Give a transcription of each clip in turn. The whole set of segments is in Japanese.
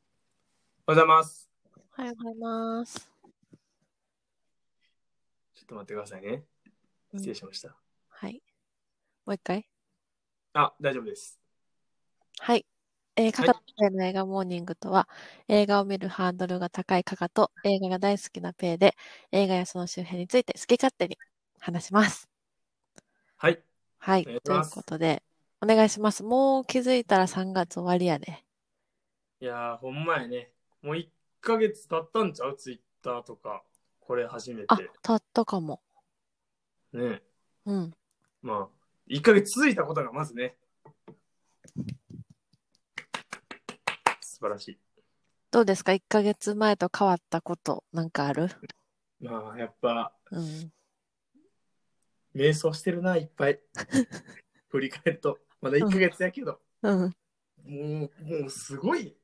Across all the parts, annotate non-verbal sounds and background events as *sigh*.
おはようございます。おはようございます。ちょっと待ってくださいね。うん失礼しました。はい。もう一回。あ、大丈夫です。はい。えー、かかとペイの映画モーニングとは、映画を見るハードルが高いかかと、映画が大好きなペイで、映画やその周辺について好き勝手に話します。はい。はい。お願いしというますことで、お願いします。もう気づいたら3月終わりやね。いやー、ほんまやね。もう1ヶ月経ったんちゃうツイッターとか、これ初めてあ。、たったかも。ね。うん。まあ、1ヶ月続いたことがまずね。素晴らしどうですか ?1 ヶ月前と変わったこと、なんかあるい。まあ、やっぱ、うん。瞑想してるな、いっ *laughs* ぱい。振り返ると。まだ1ヶ月やけど。うん。もう、もうすごい。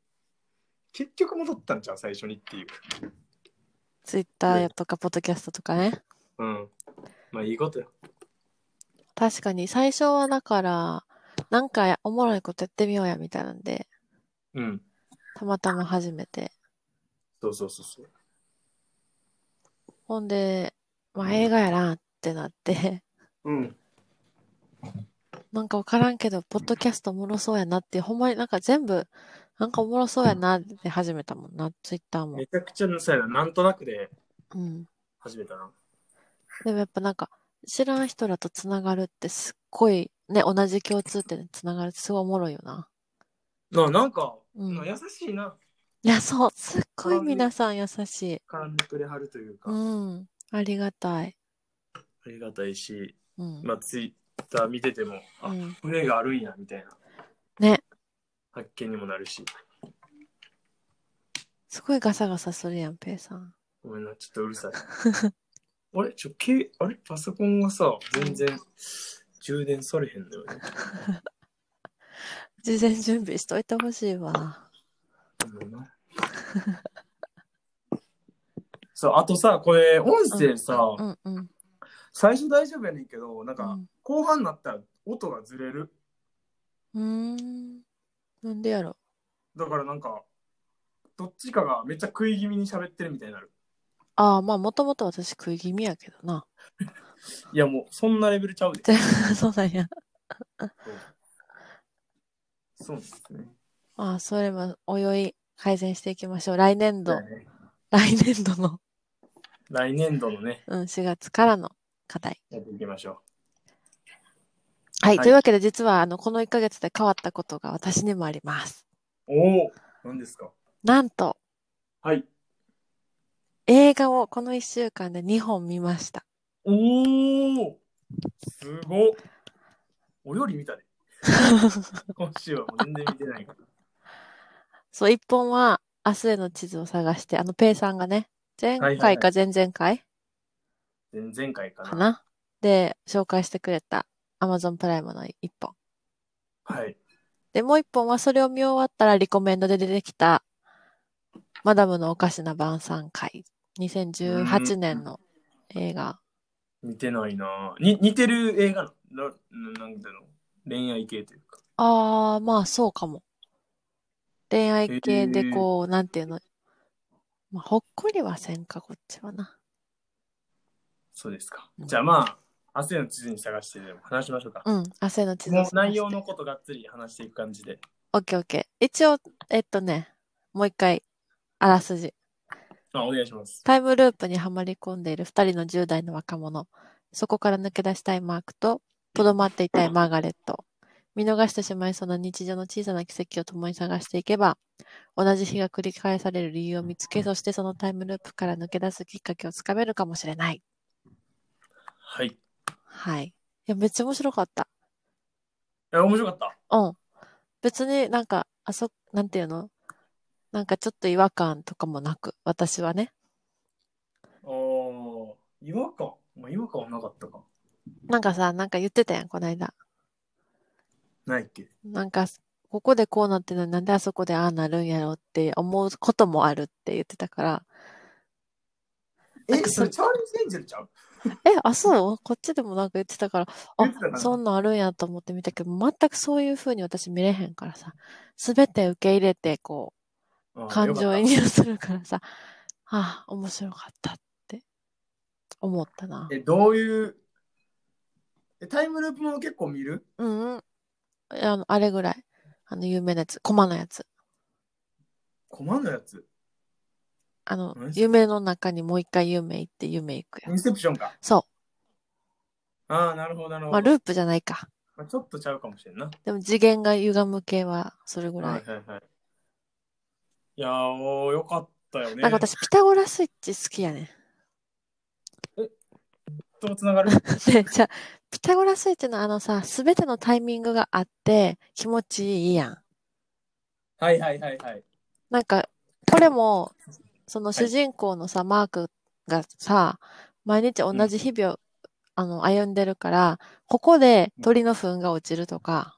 結局戻ったんちゃう最初にっていう。ツイッターやとか、ポッドキャストとかね。うん。まあ、いいことよ。確かに、最初はだから、なんかやおもろいことやってみようや、みたいなんで、うん。たまたま始めて。そうそうそうそう。ほんで、まうあん映画やなってなって、 *laughs* うん。なんかわからんけど、ポッドキャストおもろそうやなって、ほんまになんか全部、なんかおもろそうやなって始めたもんな、ツイッターもめ。ちゃくちゃなさやな、なんとなくでうん。始めたな。でもやっぱなんか、知らん人らとつながるってすっごい、ね、同じ共通点でつながるってすごいおもろいよな。ななんか、うんな優しいな、いや、そう、すっごい皆さん優しい。絡んでくれはるというか、うあん。ありがたい。りがたいし、うん。まあ、ツイッター見てても、うあ、ん、胸があるんや、みたいなね。発見にもなるし、すごいガサガサするやん、ペイさん。ごめんな、ちょっとうる *laughs* さい。あれ、ちょ、けあれ、パソコンがさ、全然充電されへんのよね。事前準備しといてほしいわ。うん *laughs* なそう、あとさ、これ、音声さ、うんうん。最初大丈夫やねんけど、なんうか、ん後半になったら音がずれる。うーん。なんでやろ。だからなんか、どっちかがめっちゃ食い気味に喋ってるみたいになる。ああ、まあ、もともと私食い気味やけどな。 *laughs* いやもう、そんなレベルちゃうで。でそうなんや。そうですね。まあ、それも、およい改善していきましょう。来年度、ね来年度の、来年度のね、うん、4月からの課題。やっていきましょはい。はいというわけで、実は、あの、この1ヶ月で変わったことが私にもあります。う。おお何ですかなんと、はい。映画をこの1週間で2本見ました。おおすごっおより見た *laughs* で。今週はもう全然見てないから。そう、一本は明日への地図を探して、あの、ペイさんがね、前はいはい回か前々回前前回かかな。なで、紹介してくれた Amazon プライムの一本。はい。で、もう一本はそれを見終わったらリコメンドで出てきた、マダムのおかしな晩餐会。2018年の映画。似てないなぁに似てる映画なのななんだろう恋愛系というか。あー、まあそうかも。恋愛系でこう、なんていうの。まあ、ほっこりはせんか、こっちはな。そうですか。うんじゃあまあ、明日への地図に探してでも話しましょうか。うん、明日への地図をもう探し内て容のことがっつり話していく感じで。オッケーオッケー。一応、えっとね、もう一回、あらすじ。あ、お願いします。タイムループにはまり込んでいる二人の10代の若者。そこから抜け出したいマークと、とどまっていたいマーガレット。見逃してしまいそうな日常の小さな奇跡を共に探していけば、同じ日が繰り返される理由を見つけ、そしてそのタイムループから抜け出すきっかけをつかめるかもしれない。はい。いはい。いや、めっちゃ面白かった。や、面白かった。うん。別になんか、あそ、なんていうのなんかちょっと違和感とかもなく、私はね。おー違和感。まあ、違和感はなかったか。なんかさ、なんか言ってたやん、この間。ないっけ。なんか、ここでこうなってんのになんであそこでああなるんやろって思うこともあるって言ってたから。え、それチャーリーズ・エンジェルちゃうえ、あ、そうこっちでもなんか言ってたから、言ってたかあ、なそんなんあるんやと思って見たけど、全くそういう風に私見れへんからさ。すべて受け入れて、こう、うん感情移よかっ入するからさ、ああ、面白かったって思ったなた。え、どういう、え、タイムループもの結構見るうんうん。あの、あれぐらい。あの、有名なやつ。コマのやつ。コマのやつ。あの何、それ夢の中にもう一回夢行って夢行くイやンセプションか。つ。そああ、なるほど、なるう。ほど。まあ、ループじゃないか。まあちょっとちゃうかもしれんな。でも次元が歪む系はそれぐらはいい。はいはい。いやー、おーよかったよね。なんか私、ピタゴラスイッチ好きやねん。 *laughs* とつながる。で、じゃあ、ピタゴラスイッチのあのさ、すべてのタイミングがあって気持ちいいやん。はいはいはいはい。なんか、これも、その主人公のさ、マークがさ、毎日同じ日々を、あの、歩んでるから、ここで鳥の糞が落ちるとか、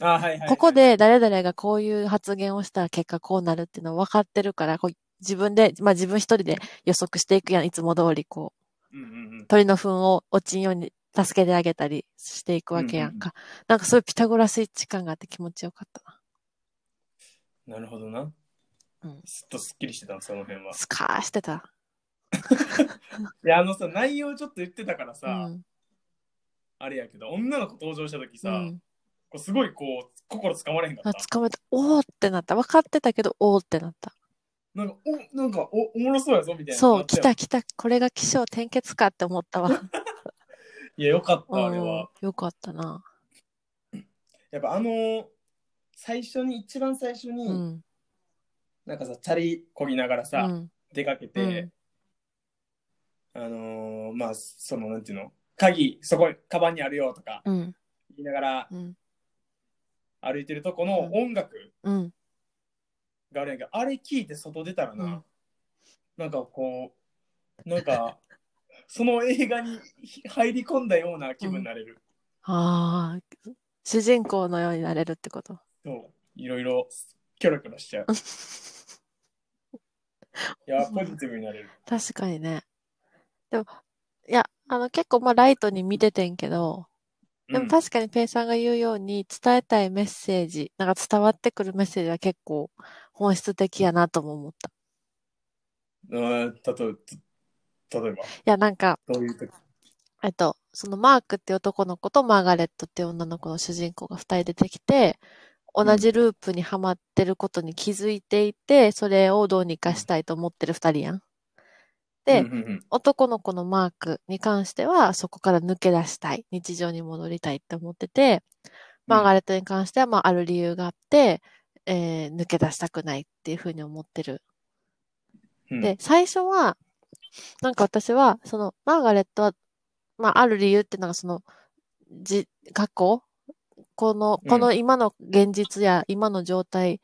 あーはいはいはい。ここ。で誰々がこういう発言をした結果こうなるっていうの分かってるから、こう自分で、まあ自分一人で予測していくやん、いつも通りこう。うんうんうん。鳥の糞を落ちんように助けてあげたりしていくわけやんか。なんかそういうピタゴラスイッチ感があって気持ちよかったなるほどな。うんすっとすっきりしてたの、その辺はな。。スカーしてた。いや、あのさ、内容ちょっと言ってたからうさ、ん。あれやけど、女の子登場した時うさ、ん。こうすごいこう、心つかまれへんかあっつかめた。おーってなった。分かってたけど、おーってなった。た。なんか、お、なんか、お、おもろそうやぞ、みたいな。そう、なった来よた来た。これが気象転結かって思ったわ。いや、よかった、あうれんは。。よかったな。やっぱあのー最初に、一番最初に、うん。なんかさ、チャリこぎながらうさ、ん。出かけて、あのーまあ、その、なんていうの、鍵、そこ、カバンにあるよとかうん。言いながらうん。歩いてるとこの音楽うん。があるんやけど、あれ聞いて外出たらな、うんなんかこう、なんか、 *laughs* その映画に入り込んだような気分になれる。ああ、主人公のよ *laughs* うになれるってこと。そう、いろいろ、キョロキョロし *laughs* ちゃう。いや、ポジティブになれる。確かにね。でも、いや、あの結構まあライトに見ててんけど、でもうん確かにペイさんが言うように伝えたいメッセージ、なんか伝わってくるメッセージは結構本質的やなとも思った。うん、たと、例えば、いや、なんか、どういう時えっと、そのマークって男の子とマーガレットって女の子の主人公が二人出てきて、同じループにはまってることに気づいていて、それをどうにかしたいと思ってる二人やん。で、うんうんうん男の子のマークに関しては、そこから抜け出したい。日常に戻りたいって思ってて、マーガレットに関しては、まあ、ある理由があって、えー抜け出したくないっていうふうに思ってる。うんで、最初は、なんか私は、その、マーガレットは、まあ、ある理由っていうのが、その、じ、過去この、うんこの今の現実や今の状態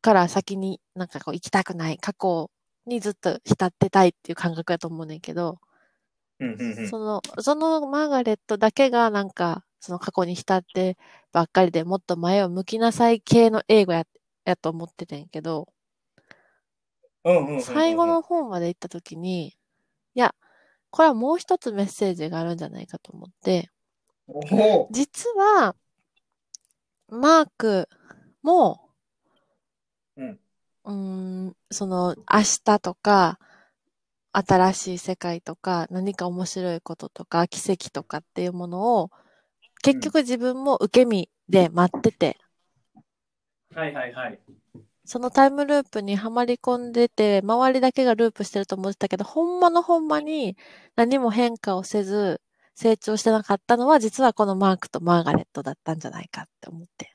から先になんかこう行きたくない。過去にずっと浸ってたいっていう感覚やと思うねんけど、うんうんうんその、そのマーガレットだけがなんか、その過去に浸ってばっかりでもっと前を向きなさい系の映画や、やと思っててんけど、うんうんうんうん最後の方まで行った時に、いや、これはもう一つメッセージがあるんじゃないかと思って、おお実は、マークも、うんうーん、その、明日とか、新しい世界とか、何か面白いこととか、奇跡とかっていうものを、結局自分も受け身で待ってて、はいはいはいそのタイムループにはまり込んでて、周りだけがループしてると思ってたけど、ほんまのほんまに何も変化をせず、成長してなかったのは、実はこのマークとマーガレットだったんじゃないかって思って。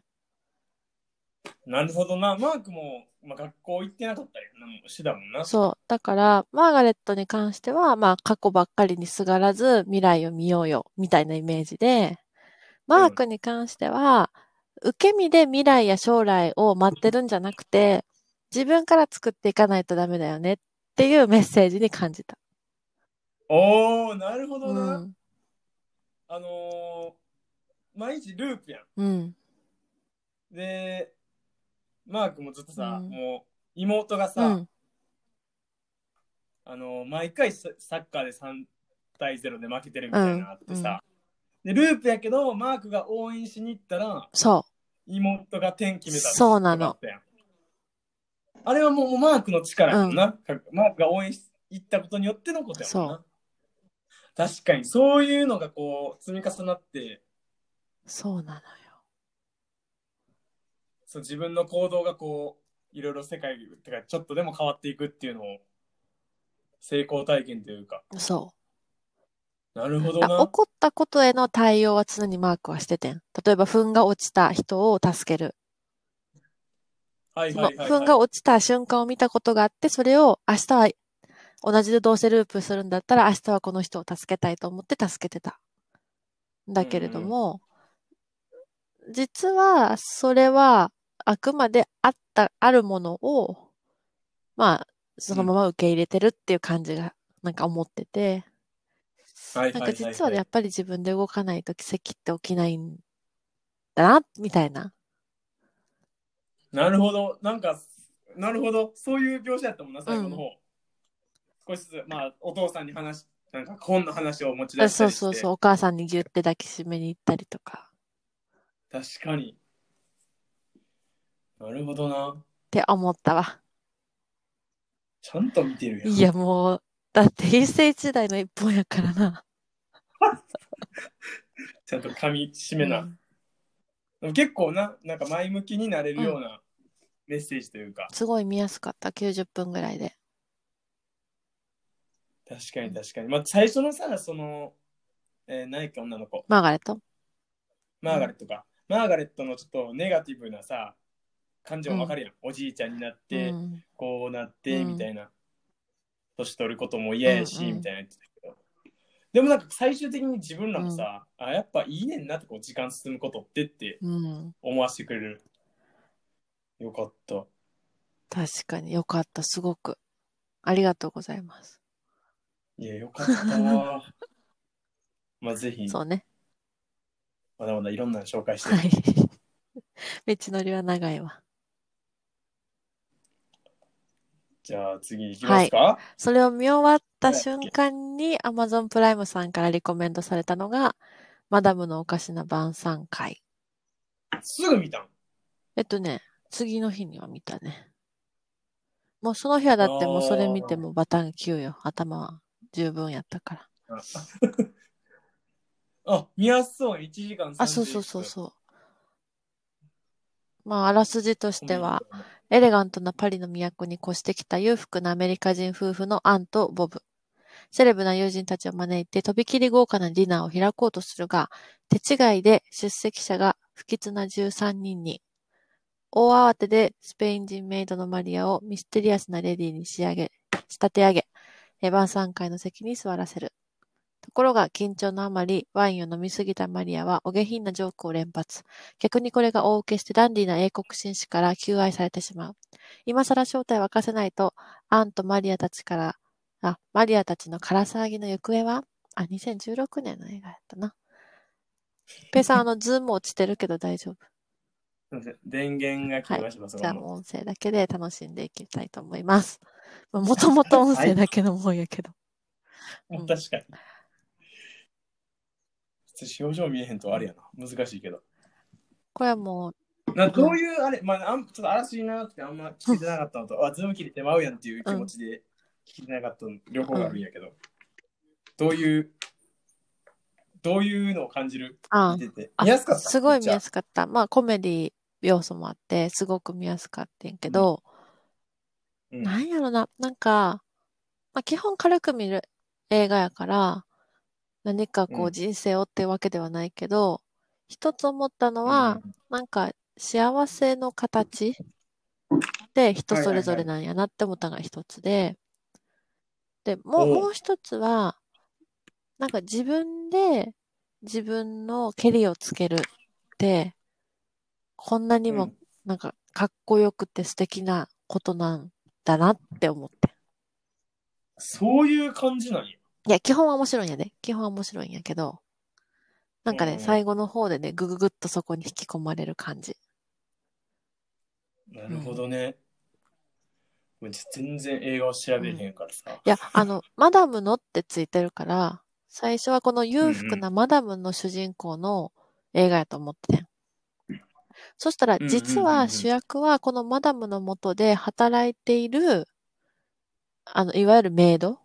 なるほどなマークも、まあ、学校行ってなかったりなんもしてたもんなそう。だから、マーガレットに関しては、まあ、過去ばっかりにすがらず、未来を見ようよ、みたいなイメージで、マークに関しては、受け身で未来や将来を待ってるんじゃなくて、自分から作っていかないとダメだよねっていうメッセージに感じた。おおなるほどうな、ん。あのー毎日ループやうん。んでマークもずっとさ、うんもう妹がさ、うん。あのー毎回ササッカーで3対0で負けてるみたいなのあってさ、でループやけどマークが応援しに行ったらそ妹が点決めたそうなとかあのったやんあれはもうもうマークの力やもんな、かマークが応援し行ったことによってのことやもんな確かにそういうのがこう積み重なってそうなのよ。そう自分の行動がこういろいろ世界とかちょっとでも変わっていくっていうのを成功体験というかそなるほう。どだからな起こったことへの対応は常にマークはしててん。例えば、糞が落ちた人を助ける。はいそのはいはい、糞がはい、落ちた瞬間を見たことがあって、それを明日は同じでどうせループするんだったら明日はこの人を助けたいと思って助けてた。だけれども、実はそれはあくまであった、あるものを、まあ、そのまま受け入れてるっていう感じが、なんか思ってて、はいなんはいかはい実ははいやっぱり自分で動かないと奇跡って起きないんだな、みたいな。なるほどなんかなるほどそういう描写やったもんな最後の方、少しずつまあお父さんに話なんか本の話を持ち出したそりうしてそうそう、お母さんにぎゅって抱きしめに行ったりとか。確かになるほどなって思ったわ。ちゃんと見てるやんいや、もう、だって平成時代の一本やからな。ちゃんと噛み締めな、うんでも結構ななんか前向きになれるようなメッセージというか、すごい見やすかった、90分ぐらいで。確かに確かに、まあ、最初のさその、えー、何か女の子マーガレットマーガレットか、マーガレットのちょっとネガティブなさ感情わかるやん、おじいちゃんになって、うんこうなってうんみたいな、年取ることも嫌やし、うんうんみたいな言ってたけどでもなんか最終的に自分らもさ、あやっぱいいねんなってこう時間進むことってってうん。思わせてくれるよかった確かによかった、すごく。ありがとうございます。いや、よかった *laughs* わ。まあ、ぜひ、そうね。まだまだいろんなの紹介して、はい。 *laughs* 道のりは長いわ。じゃあ次行きますか。それを見終わったはい瞬間に Amazon プライムさんからリコメンドされたのが、マダムのおかしな晩餐会。すぐ見たん。えっとね、次の日には見たね。もうその日はだってもうそれ見てもバタン9よ。頭は十分やったから。あ、見やすそう。1時間あ、そうそうそうう。そう。まあ、あらすじとしては、。エレガントなパリの都に越してきた裕福なアメリカ人夫婦のアンとボブ。セレブな友人たちを招いて、とびきり豪華なディナーを開こうとするが、手違いで出席者が不吉な13人に。大慌てでスペイン人メイドのマリアをミステリアスなレディーに仕上げ、仕立て上げ、え晩餐会の席に座らせる。ところが緊張のあまり、ワインを飲みすぎたマリアはお下品なジョークを連発。逆にこれが大受けしてダンディーな英国紳士から求愛されてしまう。今更正体を明かせないと、アンとマリアたちから、あ、マリアたちの空騒ぎの行方はあ、2016年の映画やったな。ペイさん、あの、ズーム落ちてるけど大丈夫。すいません電源が切れました、そじゃあのもう音声だけで楽しんでいきたいと思います。まあ、もともと音声だけのもんやけど。まま確かに。表情見えへんとあれやな。難しいけど。これはもう、なんかどういうあれ、まあ、あんちょっと嵐なくてあんま聞いてなかったのと、あ、ズーム切れてまうやんっていう気持ちで聞いてなかったの、両方があるんやけど、どういう、どういうのを感じるあ見てて。あ見やすかったすごい見やすすかった。まあコメディ要素もあって、すごく見やすかったんやけど、うんなんやろな、なんか、まあ基本軽く見る映画やから、何かこううん人生をってわけではないけど、一つ思ったのは、うんなんか幸せの形って人それぞれなんやなって思ったのが一つで、で、もう、おうもう一つは、なんか自分で自分のケリをつけるって、こんなにうもんなんかかっこよくて素敵なことなんだなって思って。そういう感じなんや。いや、基本は面白いんやで。基本は面白いんやけど、なんかうね、ん最後の方でね、ぐぐぐっとそこに引き込まれる感じ。なるほどね。もう全然映画を調べへんからさ。いや、あの、 *laughs* マダムのってついてるから、最初はこの裕福なマダムの主人公の映画やと思っててん。そしたら、うんうんうんうん実は主役はこのマダムのもとで働いている、あの、いわゆるメイド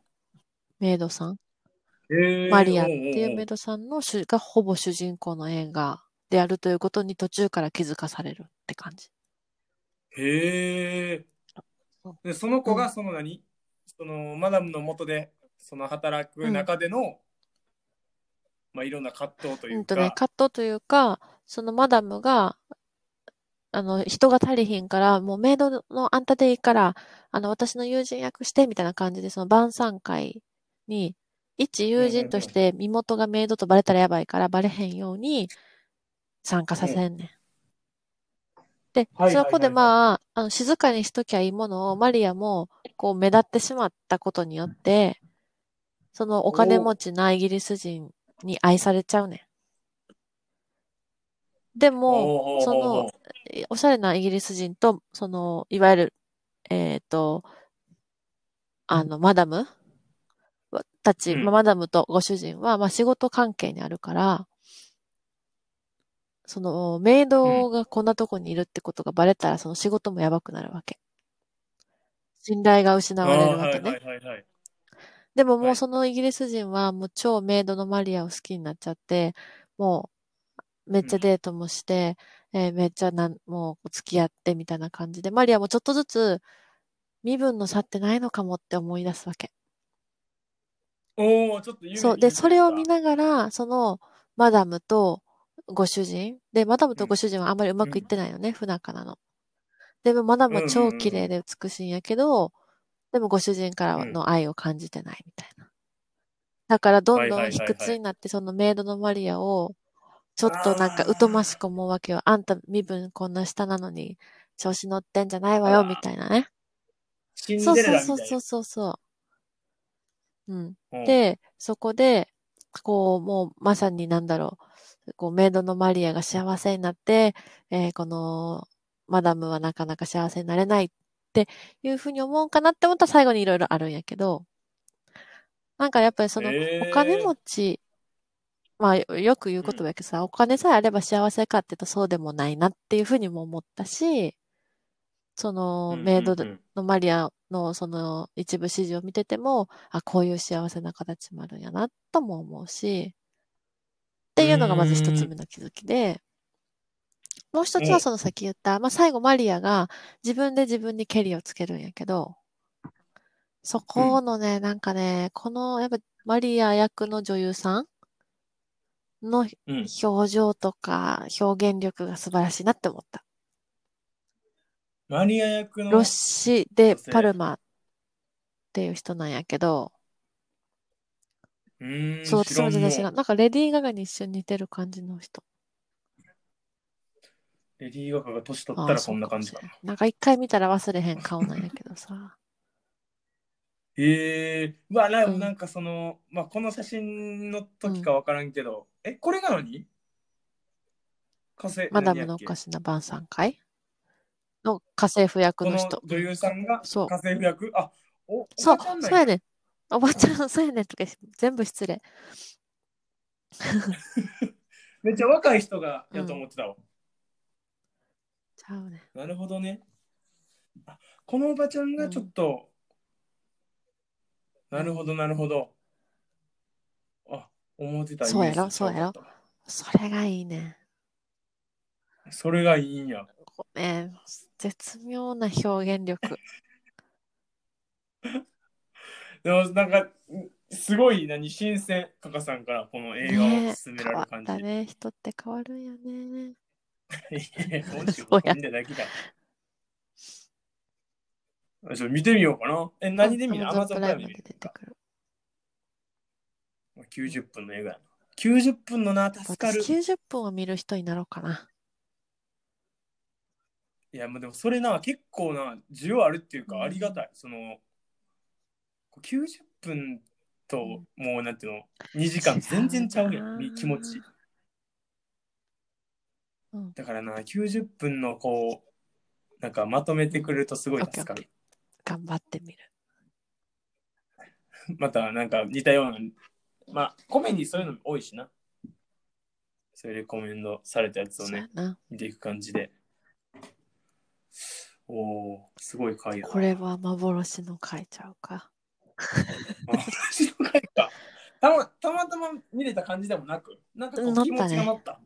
メイドさんえーマリアンっていうメイおドさんの主がほぼ主人公の映画であるということに途中から気づかされるって感じ。おへえそう。で、その子がその何、そのマダムの元で、その働く中での、まあいろんな葛藤といううんか。とね、カットというか、そのマダムが、あの、人が足りひんから、もうメイドのあんたでいいから、あの、私の友人役して、みたいな感じで、その晩餐会に、一友人として身元がメイドとバレたらやばいから、バレへんように参加させんねん。で、はいはいはいはいそこでまあ、あの、静かにしときゃいいものを、マリアも、こう、目立ってしまったことによって、そのお金持ちなイギリス人に愛されちゃうねん。でも、おーそのおーおーえおしゃれなイギリス人と、その、いわゆる、えっと、あの、マダムたち、うんまあマダムとご主人は、まあ、仕事関係にあるから、その、メイドがこんなとこにいるってことがバレたら、その仕事もやばくなるわけ。信頼が失われるわけねあ。ーはいはいはいはい。でもはもういそのイギリス人はもう超メイドのマリアを好きになっちゃって、もうめっちゃデートもして、えーめっちゃなん、もう付き合ってみたいな感じで、マリアもちょっとずつ身分の差ってないのかもって思い出すわけ。おおちょっと夢にそう。出で、てきたそれを見ながら、そのマダムとご主人。で、マダムとご主人はあんまりうまくいってないよね、不仲なの。でもマダムは超綺麗で美しいんやけど、でもご主人からの愛を感じてないみたいな。だからどんどん卑屈になって、そのメイドのマリアを、ちょっとなんか疎ましく思うわけよ。あんた身分こんな下なのに、調子乗ってんじゃないわあよ、ーみたいなね。シンそうデレそラうみたそういそうそうそう。うん。な。で、そこで、こう、もうまさになんだろう、こう、メイドのマリアが幸せになって、えーこの、マダムはなかなか幸せになれないっていうふうに思うんかなって思ったら最後にいろいろあるんやけど、なんかやっぱりその、へーお金持ち、まあよよく言うことだけどさ、お金さえあれば幸せかって言うとそうでもないなっていうふうにも思ったし、その、メイドうんうんうんのマリアのその一部始終を見てても、あ、こういう幸せな形もあるんやな、とも思うし、っていうのがまず一つ目の気づきで、もう一つはそのさっき言った、まあ、最後マリアが自分で自分にケリをつけるんやけど、そこのね、なんかね、この、やっぱマリア役の女優さんのうん表情とか表現力が素晴らしいなって思った。マリア役の。ロッシ・デ・女性パルマっていう人なんやけど、うーんそう、私も全然知知ららんん。もなんかレディー・ガガに一緒に似てる感じの人。うレディー・ガガが年取あっあたらこんな感じかそうな。もしれんなんか一回見たら忘れへん顔なんやけど *laughs* さ。へえうわ、なうんなんかその、まあ、この写真の時かわからんけど、え、これが何火星マダムのおか何やっしな晩餐会の家政婦役けこのの人。女優さんがそう家政婦役あ、お、おそう、ばちゃんなんそうやねん。おばちゃん、 *laughs* そうやねんとか、全部失礼。めっちゃ若い人がやと思ってたわ。ちゃうねん。なるほどね。あこのおばちゃんがちょっと、なるほど、なるほど。あ、思ってたそうやろイメージと違かったわそれがいいねん。それがいいんや。ごめん。絶妙な表現力。でもなんかすごい何新鮮カカさんからこの映画をね勧め変られわるっ感じ。たね。人って変わるんやね。いや本そうや見ただけだ。ちょっと見てみようかな。え何で見る？アアママゾゾンンププラライイムムでで出見てるか。くる。 90分の映画やな。90分のな助か私る。 90分を見る人になろうかな。いやもうでもそれな結構な需要あるっていううんかありがたい。その90分ともうなんていうの2時間全然ちゃうやん違うみな気持ち。うんだからな90分のこうなんかまとめてくれるとすごい助オッケかーオッるケ。頑張ってみる。またなんか似たような、まあコメディそういうの多いしな。そういうレコメンドされたやつをそうやね、な。見ていく感じで。おおすごい回だ。これは幻の回ちゃうか。私の回か。たまたまたま見れた感じでもなく、なんかこ乗うったね気持ちが乗った。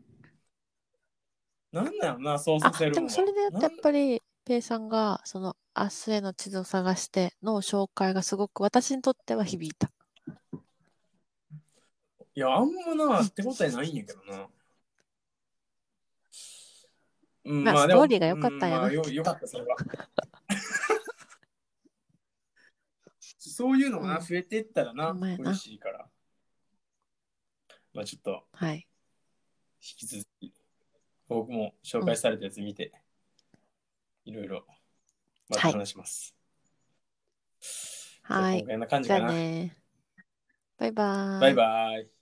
なんだよな、そうあさせるでのはもそれでやっなやんっぱりペイさんがその明日への地図を探しての紹介がすごく私にとっては響いた。いや、あんまな、ってことはないんやけどな。うんまあでもストーリーが良かったんやなうんまあよよかった、それは。 *laughs* そういうのがなうん増えてったらな、ほんまやな嬉しいから。まあちょっと、はい。引き続き、僕も紹介されたやつ見て、いろいろ、またはい話します。はじゃあい今。回こんな感じじゃかあな。ね。バイバーイ。バイバイ。